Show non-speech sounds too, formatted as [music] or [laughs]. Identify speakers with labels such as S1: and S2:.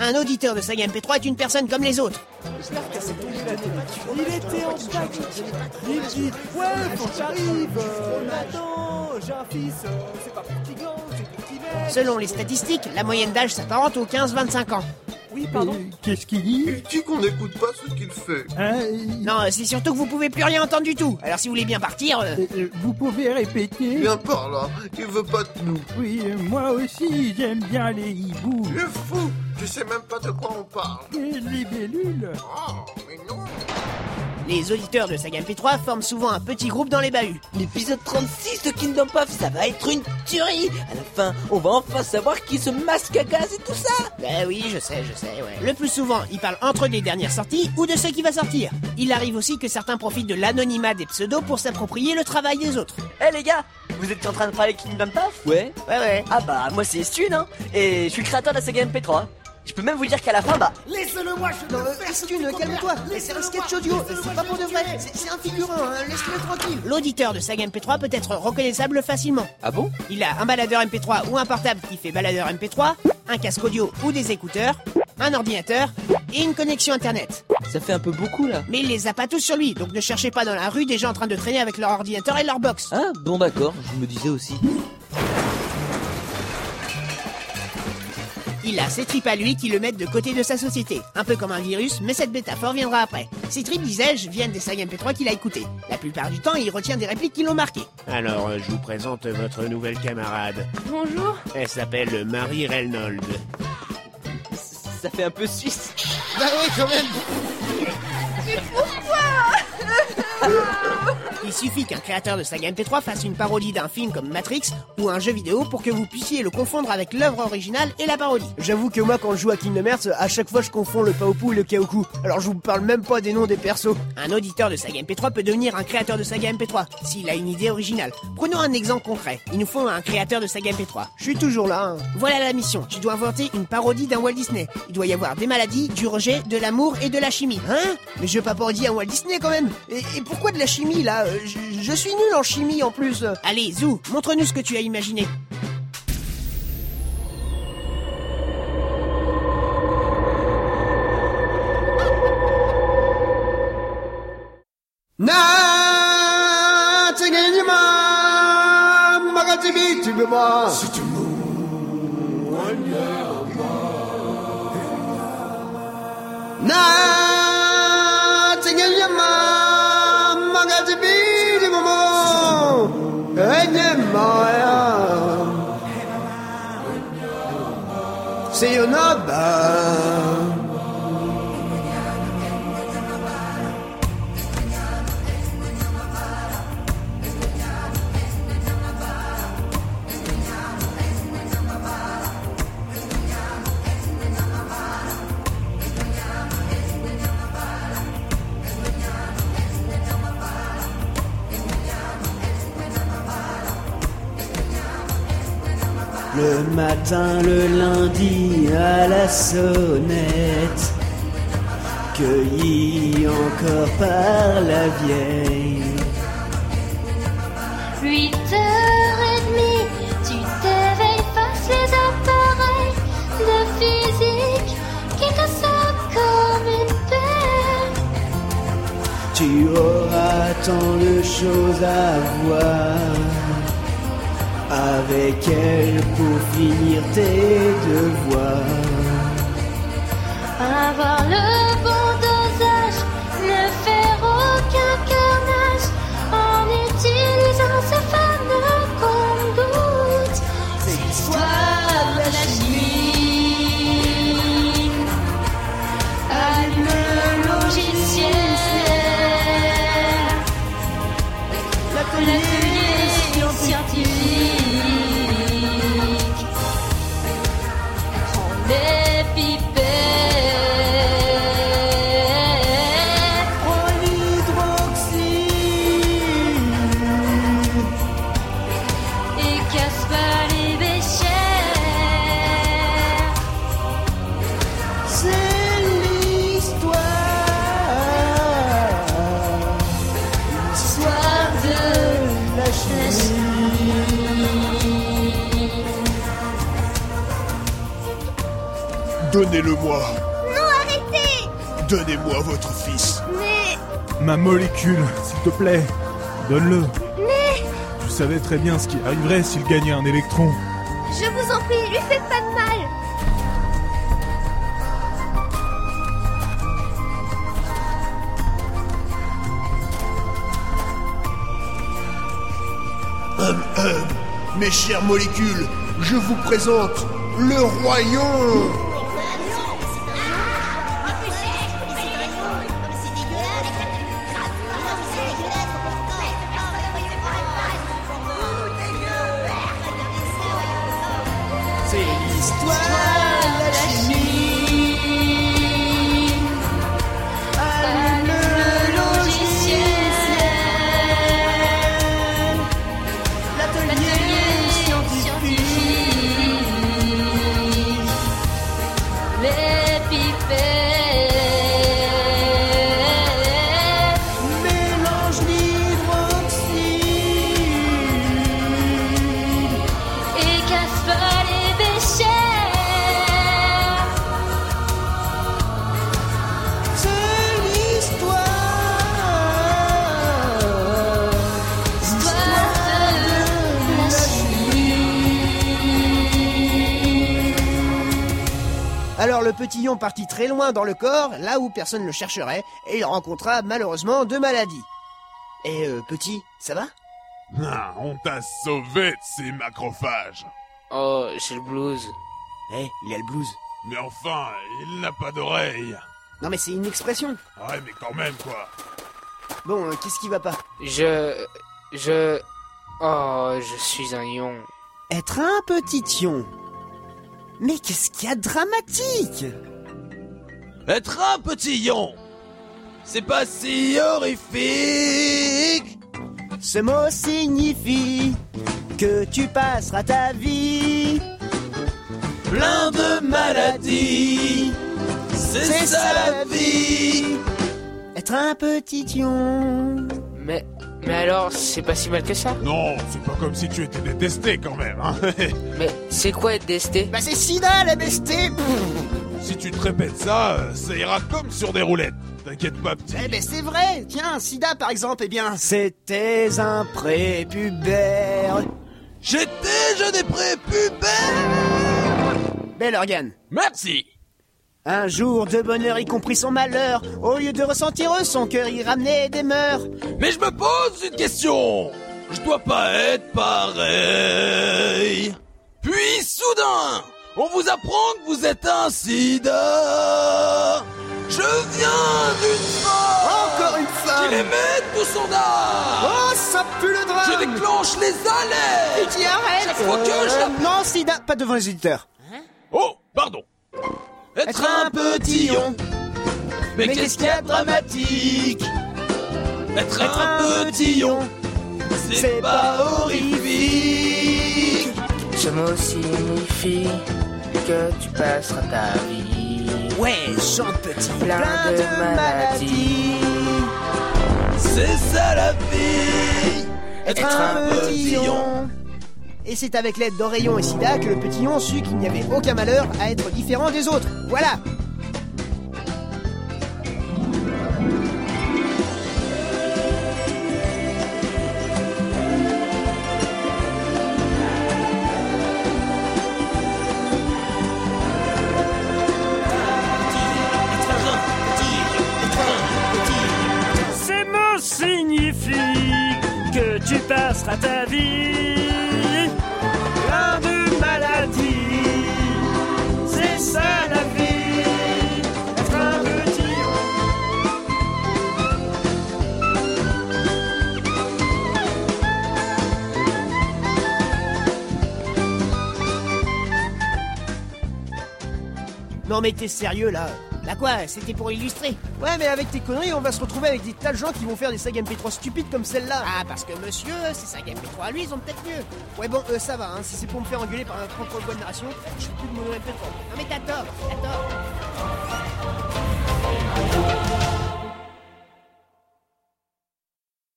S1: Un auditeur de Saga MP3 est une personne comme les autres.
S2: Il était en stack. Il dit Ouais, faut que j'arrive. euh, Maintenant, j'ai un fils. euh, C'est pas pour qui glande, c'est pour qui merde.
S1: Selon les statistiques, la moyenne d'âge s'apparente aux 15-25 ans.
S2: Oui, pardon.
S3: Euh, Qu'est-ce qu'il dit
S4: Il dit qu'on n'écoute pas ce qu'il fait.
S3: Hein, il-
S1: Non, c'est surtout que vous pouvez plus rien entendre du tout. Alors si vous voulez bien partir, euh,
S3: euh, euh, Vous pouvez répéter
S4: Viens par là, il veut pas de nous.
S3: Oui, euh, moi aussi, j'aime bien les hiboux.
S4: Tu es fou Tu sais même pas de quoi on parle.
S3: Et les bellules.
S4: Oh, mais non
S1: les auditeurs de Saga MP3 forment souvent un petit groupe dans les bahuts.
S5: L'épisode 36 de Kingdom Puff, ça va être une tuerie À la fin, on va enfin savoir qui se masque à gaz et tout ça
S1: Ben oui, je sais, je sais, ouais. Le plus souvent, ils parlent entre eux des dernières sorties ou de ce qui va sortir. Il arrive aussi que certains profitent de l'anonymat des pseudos pour s'approprier le travail des autres.
S6: Eh les gars, vous étiez en train de travailler Kingdom Puff
S5: Ouais
S1: Ouais, ouais.
S6: Ah bah moi c'est Stune hein Et je suis le créateur de la saga MP3. Je peux même vous dire qu'à la fin bah
S2: Laisse-le-moi, je
S7: Non, euh, Astune, calme-toi. C'est un sketch audio, c'est pas pour de vrai. C'est c'est un figurant, hein. laisse-le tranquille.
S1: L'auditeur de Saga MP3 peut être reconnaissable facilement.
S5: Ah bon
S1: Il a un baladeur MP3 ou un portable qui fait baladeur MP3, un casque audio ou des écouteurs, un ordinateur et une connexion internet.
S5: Ça fait un peu beaucoup là
S1: Mais il les a pas tous sur lui, donc ne cherchez pas dans la rue des gens en train de traîner avec leur ordinateur et leur box.
S5: Ah bon d'accord, je me disais aussi.
S1: Il a ses tripes à lui qui le mettent de côté de sa société. Un peu comme un virus, mais cette métaphore viendra après. Ses tripes, disais-je, viennent des sagas MP3 qu'il a écoutées. La plupart du temps, il retient des répliques qui l'ont marqué.
S8: Alors, euh, je vous présente votre nouvelle camarade.
S9: Bonjour.
S8: Elle s'appelle Marie Reynolds.
S5: Ça fait un peu suisse.
S4: Bah oui, quand même
S1: Il suffit qu'un créateur de saga MP3 fasse une parodie d'un film comme Matrix ou un jeu vidéo pour que vous puissiez le confondre avec l'œuvre originale et la parodie.
S7: J'avoue que moi, quand je joue à Kingdom Hearts, à chaque fois je confonds le Paopu et le Kaoku. Alors je vous parle même pas des noms des persos.
S1: Un auditeur de saga MP3 peut devenir un créateur de saga MP3 s'il a une idée originale. Prenons un exemple concret. Il nous faut un créateur de saga MP3.
S7: Je suis toujours là. hein.
S1: Voilà la mission. Tu dois inventer une parodie d'un Walt Disney. Il doit y avoir des maladies, du rejet, de l'amour et de la chimie.
S7: Hein Mais je veux pas parodier un Walt Disney quand même. Et, et pourquoi de la chimie là Euh, je, je suis nul en chimie en plus.
S1: Allez, Zou, montre-nous ce que tu as imaginé.
S7: Na tsegenyima magatigi tibima. Na tsegenyima magatigi tibima. Enyemaya. Sayonara.
S2: Le matin, le lundi, à la sonnette, cueilli encore par la vieille.
S9: 8h30, tu t'éveilles face les appareils de physique qui te sapent comme une pelle.
S2: Tu auras tant de choses à voir avec elle pour finir tes devoirs.
S9: Avoir le bon dosage, ne faire aucun carnage en utilisant ce fameux compte-gouttes. C'est l'histoire de la chimie. Allume le logiciel. L'atelier scientifique. Prends des pipettes.
S10: Donnez-le-moi.
S9: Non, arrêtez
S10: Donnez-moi votre fils.
S9: Mais...
S11: Ma molécule, s'il te plaît. Donne-le.
S9: Mais...
S11: Je savais très bien ce qui arriverait s'il gagnait un électron.
S9: Je vous en prie, lui faites pas de mal
S4: Hum, hum. Mes chères molécules, je vous présente le royaume.
S2: C'est l'histoire de la chimie. Allume le logiciel. L'atelier scientifique.
S9: Les pipettes
S2: Mélange l'hydroxyde.
S9: et casse pas les béchères
S2: C'est l'histoire. L'histoire de la chimie.
S1: Alors le petit ion partit très loin dans le corps, là où personne ne le chercherait, et il rencontra malheureusement deux maladies. Et euh, petit, ça va
S10: Ah, on t'a sauvé de ces macrophages.
S6: Oh, j'ai le blues.
S1: Eh, il a le blues.
S10: Mais enfin, il n'a pas d'oreille. Ah
S1: Non mais c'est une expression.
S10: Ouais, mais quand même, quoi.
S1: Bon, euh, qu'est-ce qui va pas
S6: Je... Je... Oh, je suis un lion.
S1: Être un petit ion. Mais qu'est-ce qu'il y a de dramatique
S12: Être un petit ion C'est pas si horrifique
S1: Ce mot signifie que tu passeras ta vie
S12: Plein de maladies C'est ça la vie
S1: Être un petit ion.
S6: Mais... Mais alors, c'est pas si mal que ça
S10: Non, c'est pas comme si tu étais détesté quand même. hein. [laughs]
S6: Mais c'est quoi être DST
S1: Bah c'est Sida la bestie
S10: si tu te répètes ça, euh, ça ira comme sur des roulettes. T'inquiète pas, petit.
S1: Eh ben c'est vrai Tiens, Sida par exemple, eh bien... C'était un prépubère
S12: J'étais jeune et prépubère
S1: Bel organe
S12: Merci
S1: Un jour de bonheur, y compris son malheur, au lieu de ressentir eux, son cœur y ramenait des mœurs.
S12: Mais je me pose une question Je dois pas être pareil Puis soudain, on vous apprend que vous êtes un sida Je viens d'une femme
S1: Encore une femme
S12: Qui l'aimait de tout son âme
S1: Oh, ça pue le drame
S12: Je déclenche les alertes
S1: Qui arrête
S12: Chaque fois que je la-
S1: Euh, Non, Sida, pas devant les éditeurs.
S12: Oh, pardon Être un petit lion Mais qu'est-ce qu'il y a de dramatique Être un petit lion C'est pas horrifique
S5: Ce mot signifie que tu passeras ta vie
S1: Ouais, chante petit.
S5: Plein de maladies.
S12: C'est ça la vie Être un petit lion
S1: Et c'est avec l'aide d'Oreillon et Sida que le petit lion sut qu'il n'y avait aucun malheur à être différent des autres. Voilà
S13: Ces mots signifient que tu passeras ta vie plein de maladies. C'est ça la vie, être un petit lion.
S1: Non mais t'es sérieux là Là quoi C'était pour illustrer Ouais mais avec tes conneries on va se retrouver avec des tas de gens qui vont faire des sagas MP3 stupides comme celle-là Ah parce que monsieur, ces sagas MP3 à lui ils ont peut-être mieux Ouais bon euh, ça va hein, si c'est pour me faire engueuler par un propre de narration, je suis plus de mon MP3 Non mais t'as tort, t'as tort